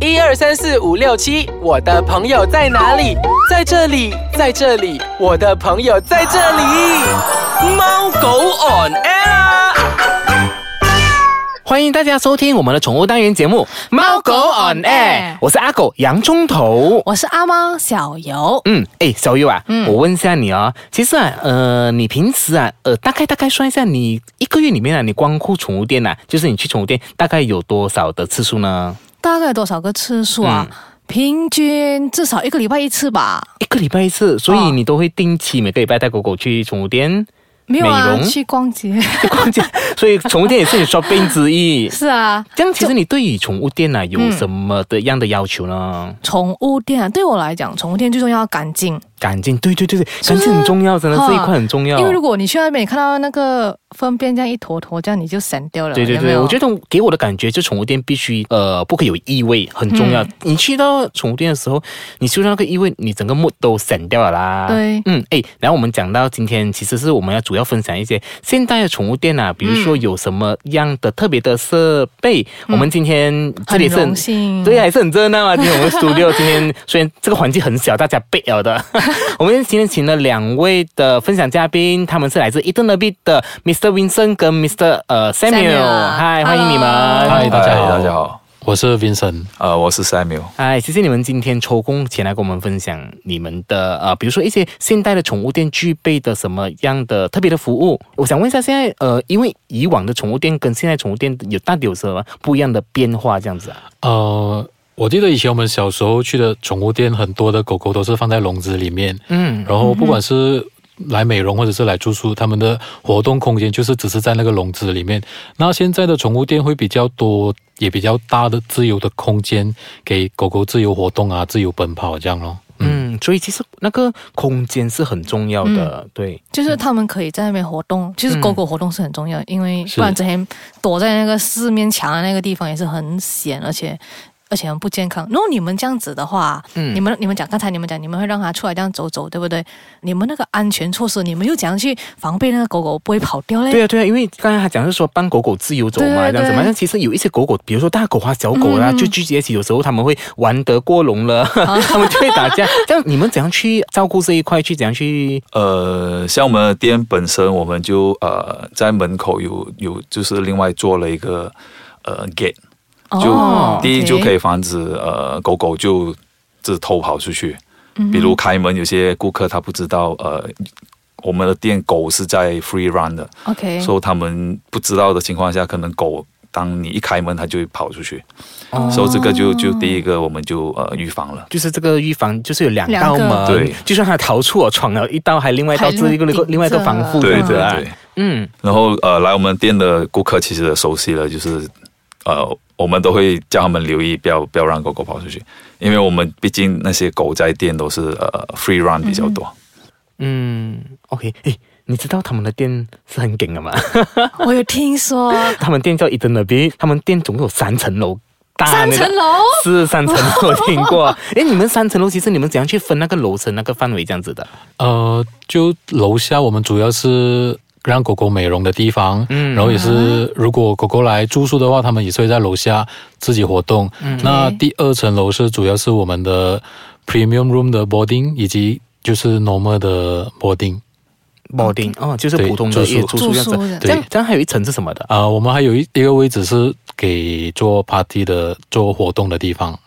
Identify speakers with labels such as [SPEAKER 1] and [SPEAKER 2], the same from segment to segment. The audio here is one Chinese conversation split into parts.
[SPEAKER 1] 一二三四五六七，我的朋友在哪里？在这里，在这里，我的朋友在这里。
[SPEAKER 2] 猫狗 on air 啊！
[SPEAKER 3] 欢迎大家收听我们的宠物单元节目《猫狗 on air》，我是阿狗洋葱头。
[SPEAKER 4] 我是阿猫小游，
[SPEAKER 3] 嗯，哎，小优啊，
[SPEAKER 4] 嗯
[SPEAKER 3] 我问一下你哦，其实啊，呃，你平时啊，呃，大概大概算一下，你一个月里面啊，你光顾宠物店啊，就是你去宠物店大概有多少的次数呢？
[SPEAKER 4] 大概有多少个次数啊？
[SPEAKER 3] 嗯
[SPEAKER 4] 平均至少一个礼拜一次吧。
[SPEAKER 3] 一个礼拜一次，所以
[SPEAKER 4] 哦
[SPEAKER 3] 你都会定期每个礼拜带狗狗去宠物店
[SPEAKER 4] 没有
[SPEAKER 3] 美
[SPEAKER 4] 啊，
[SPEAKER 3] 容
[SPEAKER 4] 去逛街。
[SPEAKER 3] 逛街，所以宠物店也是你 shopping 之一。
[SPEAKER 4] 是啊，
[SPEAKER 3] 这样，其实你对于宠物店啊有什么的样的要求呢？
[SPEAKER 4] 宠物店啊，对我来讲，宠物店最重要要干净。
[SPEAKER 3] 干净，对对对对，
[SPEAKER 4] 是
[SPEAKER 3] 干
[SPEAKER 4] 不是
[SPEAKER 3] 净很重要，真的
[SPEAKER 4] 哈
[SPEAKER 3] 这一块很重要。
[SPEAKER 4] 因为如果你去那边，你看到那个粪便这样一坨坨，这样你就散掉了。
[SPEAKER 3] 对对
[SPEAKER 4] 有没
[SPEAKER 3] 对，
[SPEAKER 4] 有嗯
[SPEAKER 3] 我觉得给我的感觉，就宠物店必须呃不可以有异味，很重要。你去到宠物店的时候，你嗅到那个异味，你整个 mood 都散掉了啦。
[SPEAKER 4] 对
[SPEAKER 3] 嗯，哎，然后我们讲到今天，其实是我们要主要分享一些现代的宠物店啊，比如
[SPEAKER 4] 嗯
[SPEAKER 3] 说有什么样的特别的设备。我们今天这里是
[SPEAKER 4] 很荣幸
[SPEAKER 3] 对啊，也是很热闹啊。今天我们 studio 今天虽然这个环境很小，大家备了 的。我们今天请了两位的分享嘉宾，他们是来自 Eden l a b i 的 Mr. Vincent 跟 Mr. 呃 Samuel。
[SPEAKER 4] Samuel
[SPEAKER 3] 嗨，欢迎你们！
[SPEAKER 4] Hello 嗨
[SPEAKER 5] 大家好，大家
[SPEAKER 3] 好。
[SPEAKER 5] 好，
[SPEAKER 6] 我是 Vincent，
[SPEAKER 5] 呃，我是 Samuel。
[SPEAKER 3] 哎，谢谢你们今天抽空前来跟我们分享你们的呃，比如说一些现代的宠物店具备的什么样的特别的服务。我想问一下，现在呃，因为以往的宠物店跟现在宠物店有到底有什么不一样的变化？这样子啊？
[SPEAKER 6] 呃，我记得以前我们小时候去的宠物店，很多的狗狗都是放在笼子里面，
[SPEAKER 3] 嗯，
[SPEAKER 6] 然后不管是来美容或者是来住宿，他们的活动空间就是只是在那个笼子里面。那现在的宠物店会比较多，也比较大的自由的空间，给狗狗自由活动啊，自由奔跑这样咯。
[SPEAKER 3] 嗯，所以其实那个空间是很重要
[SPEAKER 4] 嗯
[SPEAKER 3] 的，对。
[SPEAKER 4] 就是他们可以在那边活动，其实
[SPEAKER 3] 嗯
[SPEAKER 4] 狗狗活动是很重要的，因为
[SPEAKER 6] 是
[SPEAKER 4] 不然整天躲在那个四面墙的那个地方也是很险，而且而且很不健康。如果你们这样子的话，
[SPEAKER 3] 嗯
[SPEAKER 4] 你们你们讲刚才你们讲你们会让它出来这样走走，对不对？你们那个安全措施，你们又怎样去防备那个狗狗不会跑掉嘞？
[SPEAKER 3] 对啊，对啊，因为刚才他讲是说帮狗狗自由走嘛，
[SPEAKER 4] 对对啊
[SPEAKER 3] 这样子嘛。
[SPEAKER 4] 对
[SPEAKER 3] 但其实有一些狗狗，比如说大狗啊、小狗啦、
[SPEAKER 4] 嗯嗯啊
[SPEAKER 3] 就聚集在一起，有时候他们会玩得过笼了， 他们就会打架。这样你们怎样去照顾这一块？去怎样去？
[SPEAKER 5] 呃，像我们的店本身，我们就呃在门口有有就是另外做了一个呃 gate，就、
[SPEAKER 4] 哦
[SPEAKER 5] 第一
[SPEAKER 4] OK
[SPEAKER 5] 就可以防止呃狗狗就自偷跑出去。
[SPEAKER 4] 嗯哼
[SPEAKER 5] 比如开门，有些顾客他不知道呃我们的店狗是在 free run 的，
[SPEAKER 4] OK，
[SPEAKER 5] 所以他们不知道的情况下，可能狗当你一开门，它就会跑出去。所以这个就就第一个我们就呃预防了。
[SPEAKER 3] 就是这个预防，就是有两道
[SPEAKER 4] 两个
[SPEAKER 3] 门，
[SPEAKER 5] 对
[SPEAKER 3] 就算它逃出我闯了一道，还另外一道
[SPEAKER 4] 还
[SPEAKER 3] 是一个
[SPEAKER 4] 另外
[SPEAKER 3] 另外一个防护，
[SPEAKER 4] 顶
[SPEAKER 5] 对
[SPEAKER 3] 这
[SPEAKER 4] 着
[SPEAKER 3] 样子
[SPEAKER 5] 对
[SPEAKER 3] 啊
[SPEAKER 5] 对。
[SPEAKER 3] 嗯，
[SPEAKER 5] 然后呃，来我们店的顾客其实也熟悉了，就是呃，我们都会叫他们留意，不要不要让狗狗跑出去，因为我们毕竟那些狗在店都是呃 free run 比较多。
[SPEAKER 3] 嗯，OK，诶，你知道他们的店是很顶的吗？
[SPEAKER 4] 我哦有听说
[SPEAKER 3] 他们店叫 Eden l b 他们店总共有三层楼大那
[SPEAKER 4] 三
[SPEAKER 3] 个，
[SPEAKER 4] 层楼。
[SPEAKER 3] 是三层楼，我听 过。哎，你们三层楼，其实你们怎样去分那个楼层、那个范围这样子的？
[SPEAKER 6] 呃，就楼下我们主要是让狗狗美容的地方，嗯，然后也是如果狗狗来住宿的话，他们也是会在楼下自己活动。嗯，那第二层楼是主要是我们的 premium room 的 boarding 以及就是 normal 的 boarding。
[SPEAKER 3] 保定哦，就是
[SPEAKER 6] 对
[SPEAKER 3] 普通的
[SPEAKER 6] 住宿
[SPEAKER 3] 业住宿这样
[SPEAKER 4] 住宿
[SPEAKER 3] 子
[SPEAKER 4] 的。
[SPEAKER 3] 这样
[SPEAKER 6] 对
[SPEAKER 3] 这样还有一层是什么的？
[SPEAKER 6] 啊、我们还有一一个位置是给做 party 的做活动的地方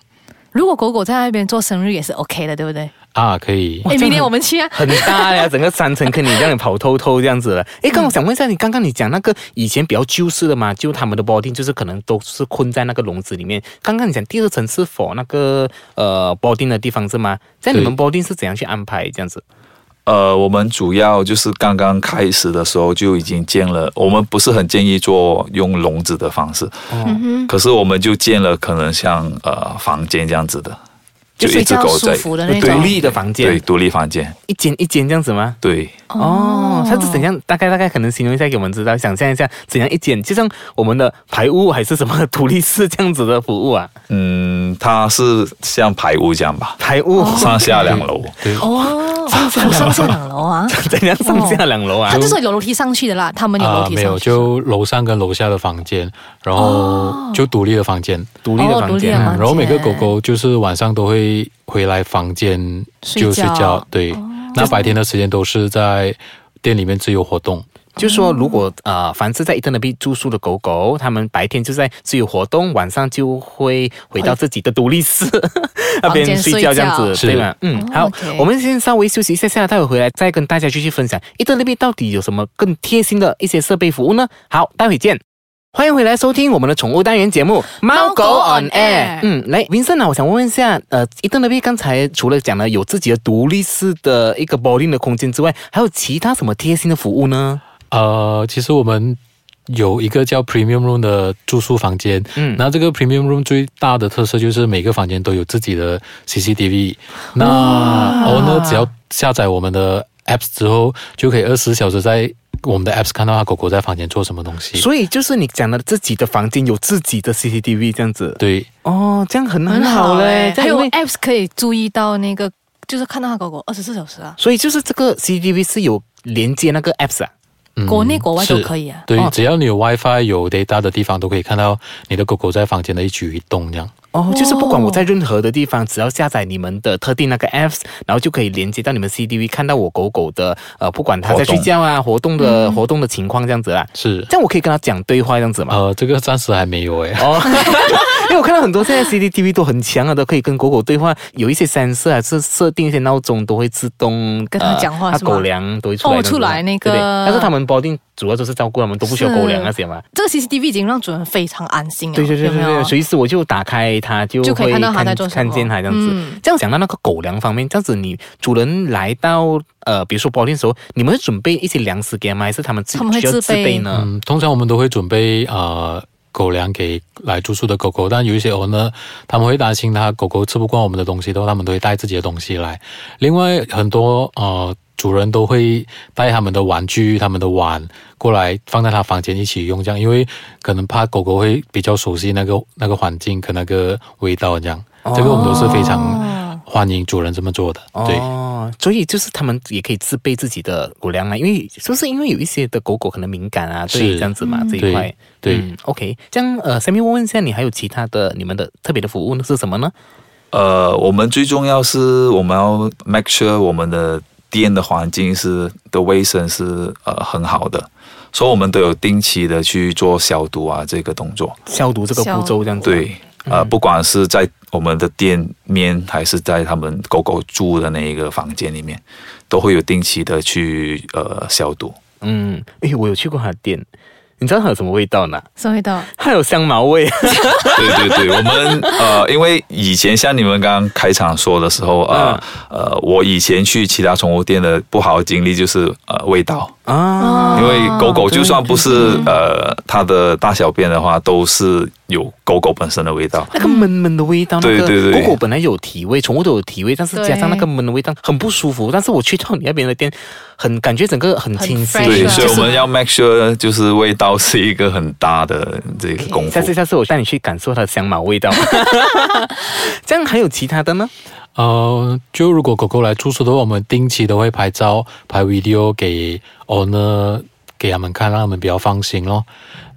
[SPEAKER 4] 如果狗狗在那边做生日也是 OK 的，对不对？
[SPEAKER 6] 啊，可以。
[SPEAKER 4] 哎，
[SPEAKER 3] 这样
[SPEAKER 4] 明天
[SPEAKER 3] 很
[SPEAKER 4] 我们去啊。
[SPEAKER 3] 很大呀，整个三层坑你让你跑偷偷这样子了。哎，
[SPEAKER 4] 嗯
[SPEAKER 3] 刚我想问一下，你刚刚你讲那个以前比较旧式的嘛，就他们的 boarding 就是可能都是困在那个笼子里面。刚刚你讲第二层是否那个呃 boarding 的地方是吗？在你们 boarding 是怎样去安排这样子？
[SPEAKER 5] 呃，我们主要就是刚刚开始的时候就已经建了，我们不是很建议做用笼子的方式，
[SPEAKER 3] 哦，
[SPEAKER 5] 可是我们就建了可能像呃房间这样子的，
[SPEAKER 4] 就
[SPEAKER 5] 一只狗在
[SPEAKER 4] 睡觉舒服的那种
[SPEAKER 3] 独立的房
[SPEAKER 5] 对
[SPEAKER 3] 间，
[SPEAKER 5] 独立房间，
[SPEAKER 3] 一间一间这样子吗？
[SPEAKER 5] 对。
[SPEAKER 3] 哦，它是怎样？大概大概可能形容一下给我们知道，想象一下怎样一间，就像我们的排屋还是什么独立式这样子的服务啊？
[SPEAKER 5] 嗯，它是像排屋这样吧，
[SPEAKER 3] 排屋，
[SPEAKER 5] 上下两楼。
[SPEAKER 6] 对，
[SPEAKER 4] 哦，上上下两楼啊，
[SPEAKER 3] 怎样上下两楼啊
[SPEAKER 4] 它？就是有楼梯上去的啦，他们有楼
[SPEAKER 6] 啊、
[SPEAKER 4] 梯
[SPEAKER 6] 没
[SPEAKER 4] 上
[SPEAKER 6] 有，
[SPEAKER 4] 去。
[SPEAKER 6] 就楼上跟楼下的房间，然
[SPEAKER 4] 哦
[SPEAKER 6] 后就独立的房间，
[SPEAKER 3] 独立的
[SPEAKER 4] 哦独
[SPEAKER 3] 房
[SPEAKER 4] 立的
[SPEAKER 3] 间啊
[SPEAKER 4] 房，
[SPEAKER 6] 然后每个
[SPEAKER 4] 间
[SPEAKER 6] 狗狗就是晚上都会回来房间
[SPEAKER 4] 睡
[SPEAKER 6] 就睡
[SPEAKER 4] 觉哦
[SPEAKER 6] 觉，对，那白天的时间都是在店里面自由活动。
[SPEAKER 3] 就说如果
[SPEAKER 4] 哦
[SPEAKER 3] 呃，凡是在伊顿的 B 住宿的狗狗，它们白天就在自由活动，晚上就会回到自己的独立室 那边睡觉这样
[SPEAKER 4] 哦房
[SPEAKER 3] 子，
[SPEAKER 4] 间哦
[SPEAKER 6] 睡觉
[SPEAKER 3] 对吗？嗯，好
[SPEAKER 4] OK
[SPEAKER 3] 我们先稍微休息一下，下待会回来再跟大家继续分享伊顿那边到底有什么更贴心的一些设备服务呢？好，待会见。欢迎回来收听我们的宠物单元节目《猫狗 on air
[SPEAKER 4] on air》。
[SPEAKER 3] 嗯，来，云生啊，我想问一下，呃，伊顿那边刚才除了讲了有自己的独立式的一个 boarding 的空间之外，还有其他什么贴心的服务呢？
[SPEAKER 6] 呃，其实我们有一个叫 Premium Room 的住宿房间，
[SPEAKER 3] 嗯
[SPEAKER 6] 那这个 Premium Room 最大的特色就是每个房间都有自己的 CCTV，那 owner 只要下载我们的 apps 之后，就可以二十四小时在我们的 apps 看到他狗狗在房间做什么东西。
[SPEAKER 3] 所以就是你讲的自己的房间有自己的 CCTV 这样子。
[SPEAKER 6] 对，
[SPEAKER 3] 哦，这样很
[SPEAKER 4] 很
[SPEAKER 3] 好欸
[SPEAKER 4] 好嘞，
[SPEAKER 3] 这
[SPEAKER 4] 还
[SPEAKER 3] 样因为
[SPEAKER 4] 有 apps 可以注意到那个，就是看到它狗狗二十四小时啊，
[SPEAKER 3] 所以就是这个 CCTV 是有连接那个 apps 啊。
[SPEAKER 6] 嗯
[SPEAKER 4] 国内国外都
[SPEAKER 6] 是
[SPEAKER 4] 可以啊。
[SPEAKER 6] 对
[SPEAKER 3] 哦，
[SPEAKER 6] 只要你有 WiFi 有 data 的地方，都可以看到你的狗狗在房间的一举一动这样。
[SPEAKER 3] 哦，就是不管
[SPEAKER 4] 哦
[SPEAKER 3] 我在任何的地方，只要下载你们的特定那个 apps，然后就可以连接到你们 CCTV，看到我狗狗的呃，不管它在
[SPEAKER 5] 活动
[SPEAKER 3] 睡觉啊、活动的、活动的情况这样子啊。
[SPEAKER 6] 是，
[SPEAKER 3] 这样我可以跟它讲对话这样子嘛？
[SPEAKER 6] 呃，这个暂时还没有诶。哎
[SPEAKER 3] 哦， 因为我看到很多现在 CCTV 都很强啊，都可以跟狗狗对话，有一些 sensor 啊，是设定一些闹钟都会自动呃
[SPEAKER 4] 跟它讲话
[SPEAKER 3] 它
[SPEAKER 4] 是吗
[SPEAKER 3] 狗粮都会出来这
[SPEAKER 4] 哦
[SPEAKER 3] 样子的，
[SPEAKER 4] 出来那个
[SPEAKER 3] 对不对但是他们 boarding 主要就是照顾他们，都不需要
[SPEAKER 4] 是
[SPEAKER 3] 狗粮那些嘛。
[SPEAKER 4] 这个 CCTV 已经让主人非常安心了，
[SPEAKER 3] 对对对
[SPEAKER 4] 有
[SPEAKER 3] 对
[SPEAKER 4] 没有
[SPEAKER 3] 对，？随时我就打开它，就
[SPEAKER 4] 就可
[SPEAKER 3] 会
[SPEAKER 4] 以看到它
[SPEAKER 3] 看
[SPEAKER 4] 在做什么
[SPEAKER 3] 看见它这样子。
[SPEAKER 4] 嗯
[SPEAKER 3] 这样讲到那个狗粮方面，这样子你主人来到呃，比如说 boarding 的时候，你们会准备一些粮食给他们，还是他们自
[SPEAKER 4] 他们会
[SPEAKER 3] 需要
[SPEAKER 4] 自
[SPEAKER 3] 自
[SPEAKER 4] 备
[SPEAKER 3] 备呢？
[SPEAKER 6] 嗯，通常我们都会准备呃狗粮给来住宿的狗狗，但有一些狗呢，他们会担心它狗狗吃不惯我们的东西的话，他们都会带自己的东西来。另外，很多呃主人都会带他们的玩具、他们的碗过来放在他房间一起用，这样，因为可能怕狗狗会比较熟悉那个那个环境跟那个味道这样。这个我们都是非
[SPEAKER 4] 哦
[SPEAKER 6] 常欢迎主人这么做的，对。
[SPEAKER 3] 哦，所以就是他们也可以自备自己的狗粮啊，因为是不是因为有一些的狗狗可能敏感啊，
[SPEAKER 6] 是
[SPEAKER 3] 对这样子嘛、这一块。
[SPEAKER 6] 对对
[SPEAKER 3] 嗯、，OK，这样呃，Sammy 问一下，你还有其他的你们的特别的服务呢是什么呢？
[SPEAKER 5] 呃，我们最重要是我们要 make sure 我们的店的环境是的卫生是呃很好的，所以我们都有定期的去做消毒啊这个动作。
[SPEAKER 3] 消毒这个步骤这样子。，
[SPEAKER 5] 对，呃，不管是在我们的店面，还是在他们狗狗住的那一个房间里面，都会有定期的去呃消毒。
[SPEAKER 3] 嗯，诶，我有去过他的店，你知道它有什么味道呢？
[SPEAKER 4] 什么味道？
[SPEAKER 3] 它有香茅味。
[SPEAKER 5] 对对对，我们呃，因为以前像你们刚刚开场说的时候，呃、呃，我以前去其他宠物店的不好的经历就是呃味道，
[SPEAKER 3] 啊，
[SPEAKER 4] 哦
[SPEAKER 5] 因为狗狗就算不是呃它的大小便的话，都是有狗狗本身的味道。
[SPEAKER 3] 那个闷闷的味道，
[SPEAKER 5] 对
[SPEAKER 3] 那个
[SPEAKER 5] 对对
[SPEAKER 3] 狗狗本来有体味，宠物都有体味，但是
[SPEAKER 4] 对
[SPEAKER 3] 加上那个闷的味道很不舒服。但是我去到你那边的店，很感觉整个很
[SPEAKER 4] 很
[SPEAKER 3] 清新，
[SPEAKER 4] fresh
[SPEAKER 5] 对，
[SPEAKER 4] 啊
[SPEAKER 5] 所以
[SPEAKER 4] 就
[SPEAKER 5] 我
[SPEAKER 4] 是
[SPEAKER 5] 们要 make sure 就是味道是一个很大的这个功夫
[SPEAKER 3] 下。次下次我带你去感受它的香茅 味道。这样还有其他的呢？
[SPEAKER 6] 呃，就如果狗狗来住宿的话，我们定期都会拍照、拍 video 给 owner 给他们看，让他们比较放心咯。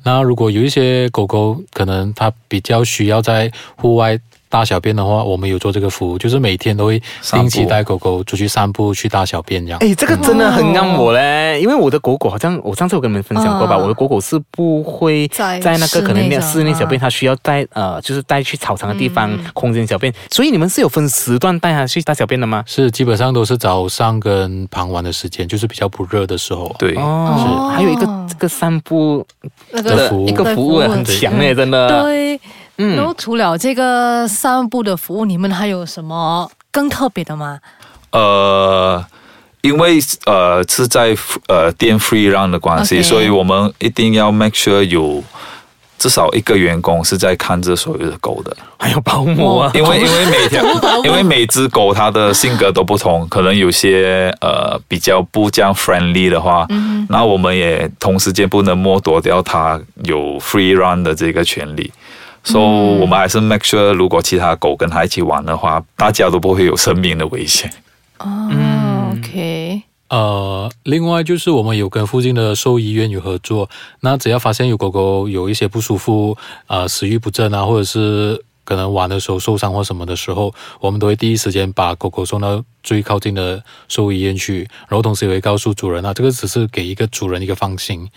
[SPEAKER 6] 那如果有一些狗狗可能它比较需要在户外大小便的话，我们有做这个服务，就是每天都会
[SPEAKER 5] 散步
[SPEAKER 6] 定期带狗狗出去散步、去大小便这样。
[SPEAKER 3] 哎，这个真的很让我嘞，因为我的狗狗好像我上次有跟你们分享过吧，
[SPEAKER 4] 嗯
[SPEAKER 3] 我的狗狗是不会
[SPEAKER 4] 在
[SPEAKER 3] 在那个可能
[SPEAKER 4] 室内的
[SPEAKER 3] 室内小便，
[SPEAKER 4] 嗯
[SPEAKER 3] 它需要带呃，就是带去草场的地方空间小便，所以你们是有分时段带它去大小便的吗？
[SPEAKER 6] 是基本上都是早上跟傍晚的时间，就是比较不热的时候。啊
[SPEAKER 5] 对，
[SPEAKER 3] 哦，
[SPEAKER 4] 是
[SPEAKER 3] 还有一个这个散步
[SPEAKER 4] 那
[SPEAKER 6] 的
[SPEAKER 4] 个
[SPEAKER 6] 服务
[SPEAKER 3] 一个服务很强哎，真的。
[SPEAKER 4] 对，嗯然后除了这个散步的服务，你们还有什么更特别的吗？
[SPEAKER 5] 呃，因为呃是在呃电 free run 的关系
[SPEAKER 4] OK
[SPEAKER 5] 所以我们一定要 make sure 有至少一个员工是在看着所有的狗的，
[SPEAKER 3] 还有保姆啊，
[SPEAKER 5] 因为因为每条因为每只狗它的性格都不同，可能有些呃比较不这样 friendly 的话，那我们也同时间不能剥夺掉它有 free run 的这个权利。所、so, 以我们还是 make sure，如果其他狗跟它一起玩的话，大家都不会有生命的危险。
[SPEAKER 4] 嗯
[SPEAKER 6] 呃，另外就是我们有跟附近的兽医院有合作，那只要发现有狗狗有一些不舒服，呃，食欲不振啊，或者是可能玩的时候受伤或什么的时候，我们都会第一时间把狗狗送到最靠近的兽医院去，然后同时也会告诉主人啊，这个只是给一个主人一个放心。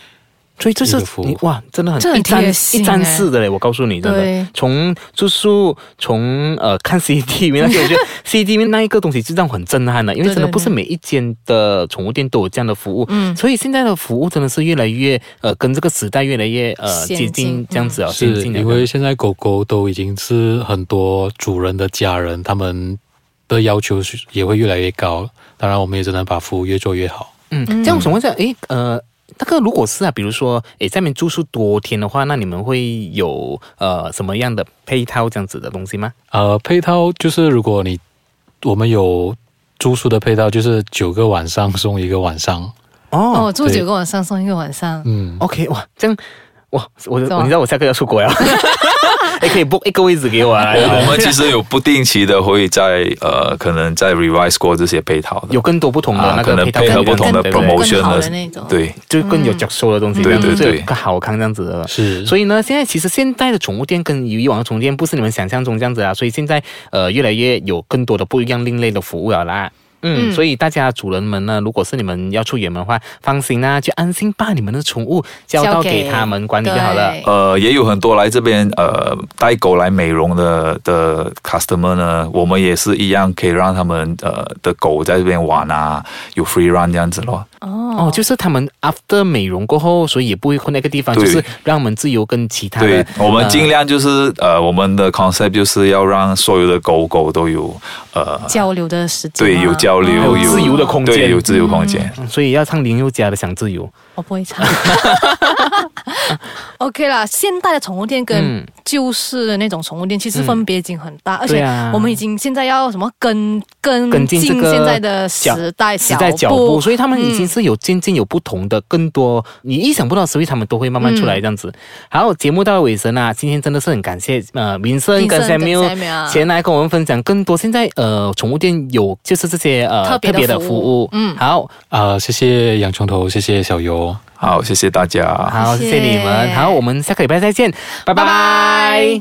[SPEAKER 3] 所以这是
[SPEAKER 6] 一个服务
[SPEAKER 3] 你哇，真的很
[SPEAKER 4] 这很
[SPEAKER 3] 一站
[SPEAKER 4] 贴心
[SPEAKER 3] 一站
[SPEAKER 4] 欸
[SPEAKER 3] 式的嘞，我告诉你，真
[SPEAKER 4] 对
[SPEAKER 3] 的，从住宿，从呃看 CCTV 那些，我觉得 CCTV 那一个东西就让我很震撼的，因为
[SPEAKER 4] 对对
[SPEAKER 3] 真的不是
[SPEAKER 4] 对
[SPEAKER 3] 每一间的宠物店都有这样的服务，
[SPEAKER 4] 嗯
[SPEAKER 3] 所以现在的服务真的是越来越呃跟这个时代越来越呃
[SPEAKER 4] 先
[SPEAKER 3] 接近
[SPEAKER 4] 进嗯
[SPEAKER 3] 这样子啊，先
[SPEAKER 6] 是
[SPEAKER 3] 进的
[SPEAKER 6] 因为现在狗狗都已经是很多主人的家人，他们的要求是也会越来越高。当然，我们也只能把服务越做越好。
[SPEAKER 3] 嗯，这样我想问一下，诶，呃，那个如果是啊，比如说，诶，在那边住宿多天的话，那你们会有呃什么样的配套这样子的东西吗？
[SPEAKER 6] 呃，配套就是如果你我们有住宿的配套，就是九个晚上送一个晚上。
[SPEAKER 3] 哦
[SPEAKER 4] 哦，住
[SPEAKER 6] 对
[SPEAKER 4] 九个晚上送一个晚上，
[SPEAKER 6] 嗯，
[SPEAKER 3] o k 哇，这样。哇，我
[SPEAKER 4] 怎么
[SPEAKER 3] 我你知道我下个要出国呀， 诶，可以 book 一个位置给我 啊，
[SPEAKER 5] 我们其实有不定期的会在呃，可能在 revise 过这些配套的
[SPEAKER 3] 有，更多不同的
[SPEAKER 5] 啊
[SPEAKER 3] 那
[SPEAKER 5] 可
[SPEAKER 3] 个
[SPEAKER 5] 能
[SPEAKER 3] 配套这
[SPEAKER 5] 配合
[SPEAKER 3] 样子，
[SPEAKER 5] 不同的
[SPEAKER 3] 对不对
[SPEAKER 5] promotion
[SPEAKER 4] 更好的
[SPEAKER 5] Motionless，
[SPEAKER 4] 那种，
[SPEAKER 5] 对，
[SPEAKER 3] 就更有脚收的东西，
[SPEAKER 5] 对
[SPEAKER 3] 这样子
[SPEAKER 5] 对对
[SPEAKER 3] 就更好看这样子的。
[SPEAKER 6] 是
[SPEAKER 3] 所以呢，现在其实现代的宠物店跟以往的宠物店不是你们想象中这样子啊，所以现在呃越来越有更多的不一样另类的服务了啦。嗯，
[SPEAKER 4] 嗯
[SPEAKER 3] 所以大家主人们呢，如果是你们要出远门的话，放心啦、就安心把你们的宠物交到
[SPEAKER 4] 交给
[SPEAKER 3] 给他们管理就好了。
[SPEAKER 4] 对
[SPEAKER 5] 呃，也有很多来这边呃带狗来美容的的 customer 呢，我们也是一样可以让他们呃的狗在这边玩啊，有 free run 这样子咯。
[SPEAKER 4] 哦
[SPEAKER 3] 哦，就是他们 after 美容过后，所以也不会混那个地方，就
[SPEAKER 5] 对
[SPEAKER 3] 是让我们自由跟其他的
[SPEAKER 5] 对。，我们尽
[SPEAKER 3] 呃
[SPEAKER 5] 量就是呃，我们的 concept 就是要让所有的狗狗都有呃，
[SPEAKER 4] 交流的时间
[SPEAKER 5] 对，
[SPEAKER 4] 啊，
[SPEAKER 5] 有交流，
[SPEAKER 3] 嗯有
[SPEAKER 5] 有
[SPEAKER 3] 自由的空间
[SPEAKER 5] 对，有自由空间。
[SPEAKER 3] 嗯所以要唱林宥嘉的《想自由》。
[SPEAKER 4] 我不 会唱。OK 啦，现代的宠物店跟
[SPEAKER 3] 嗯
[SPEAKER 4] 旧式的那种宠物店其实分别已经很大，而
[SPEAKER 3] 对
[SPEAKER 4] 且
[SPEAKER 3] 啊
[SPEAKER 4] 我们已经现在要什么跟跟
[SPEAKER 3] 跟
[SPEAKER 4] 进
[SPEAKER 3] 进这个
[SPEAKER 4] 现在的时代
[SPEAKER 3] 时代脚步，
[SPEAKER 4] 步，
[SPEAKER 3] 所以他们已经
[SPEAKER 4] 嗯
[SPEAKER 3] 是有渐渐有不同的更多你意想不到的词汇，他们都会慢慢出来这样子。
[SPEAKER 4] 嗯
[SPEAKER 3] 好，节目到了尾声啊，今天真的是很感谢呃民生跟
[SPEAKER 4] Vincent 啊跟
[SPEAKER 3] Samuel
[SPEAKER 4] Samuel
[SPEAKER 3] 前来跟我们分享更多现在呃宠物店有就是这些呃
[SPEAKER 4] 特别的
[SPEAKER 3] 的
[SPEAKER 4] 服
[SPEAKER 3] 服
[SPEAKER 4] 务
[SPEAKER 3] 务。
[SPEAKER 4] 嗯
[SPEAKER 3] 好，
[SPEAKER 6] 啊、谢谢洋葱头，谢谢小游。
[SPEAKER 5] 好，谢谢大家。
[SPEAKER 3] 好，谢谢你们。
[SPEAKER 4] 谢谢
[SPEAKER 3] 好，我们下个礼拜再见，拜
[SPEAKER 4] 拜拜